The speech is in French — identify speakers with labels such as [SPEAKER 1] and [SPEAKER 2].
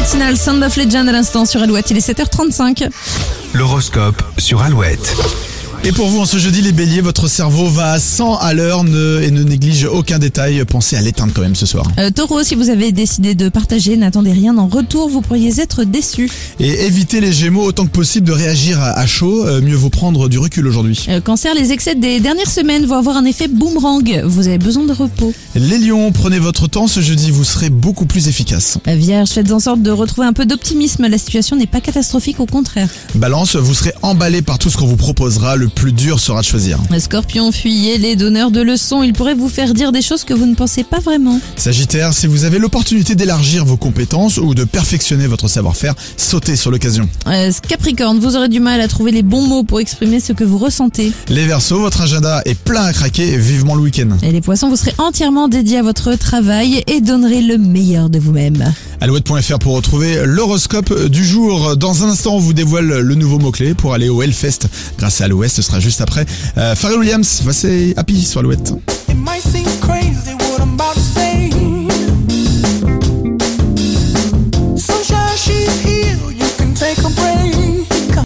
[SPEAKER 1] matinale Sound of Legend à l'instant sur Alouette. Il est 7h35.
[SPEAKER 2] L'horoscope sur Alouette.
[SPEAKER 3] Et pour vous, en ce jeudi, les béliers, votre cerveau va à 100 à l'heure ne- et ne néglige aucun détail. Pensez à l'éteindre quand même ce soir.
[SPEAKER 1] Euh, taureau, si vous avez décidé de partager, n'attendez rien en retour, vous pourriez être déçu.
[SPEAKER 3] Et évitez les gémeaux autant que possible de réagir à, à chaud. Euh, mieux vaut prendre du recul aujourd'hui.
[SPEAKER 1] Euh, cancer, les excès des dernières semaines vont avoir un effet boomerang. Vous avez besoin de repos.
[SPEAKER 3] Les lions, prenez votre temps. Ce jeudi, vous serez beaucoup plus efficace.
[SPEAKER 1] Euh, Vierge, faites en sorte de retrouver un peu d'optimisme. La situation n'est pas catastrophique, au contraire.
[SPEAKER 3] Balance, vous serez emballé par tout ce qu'on vous proposera. Le plus dur sera de choisir.
[SPEAKER 1] Euh, Scorpion, fuyez les donneurs de leçons. Ils pourraient vous faire dire des choses que vous ne pensez pas vraiment.
[SPEAKER 3] Sagittaire, si vous avez l'opportunité d'élargir vos compétences ou de perfectionner votre savoir-faire, sautez sur l'occasion.
[SPEAKER 1] Euh, Capricorne, vous aurez du mal à trouver les bons mots pour exprimer ce que vous ressentez.
[SPEAKER 3] Les Verseaux, votre agenda est plein à craquer. Vivement le week-end.
[SPEAKER 1] Et les poissons, vous serez entièrement dédiés à votre travail et donnerez le meilleur de vous-même.
[SPEAKER 3] Alouette.fr pour retrouver l'horoscope du jour. Dans un instant, on vous dévoile le nouveau mot-clé pour aller au Hellfest grâce à Alouette. Ce sera juste après. Euh, Pharrell Williams, va c'est happy sur Alouette.
[SPEAKER 4] It might seem crazy.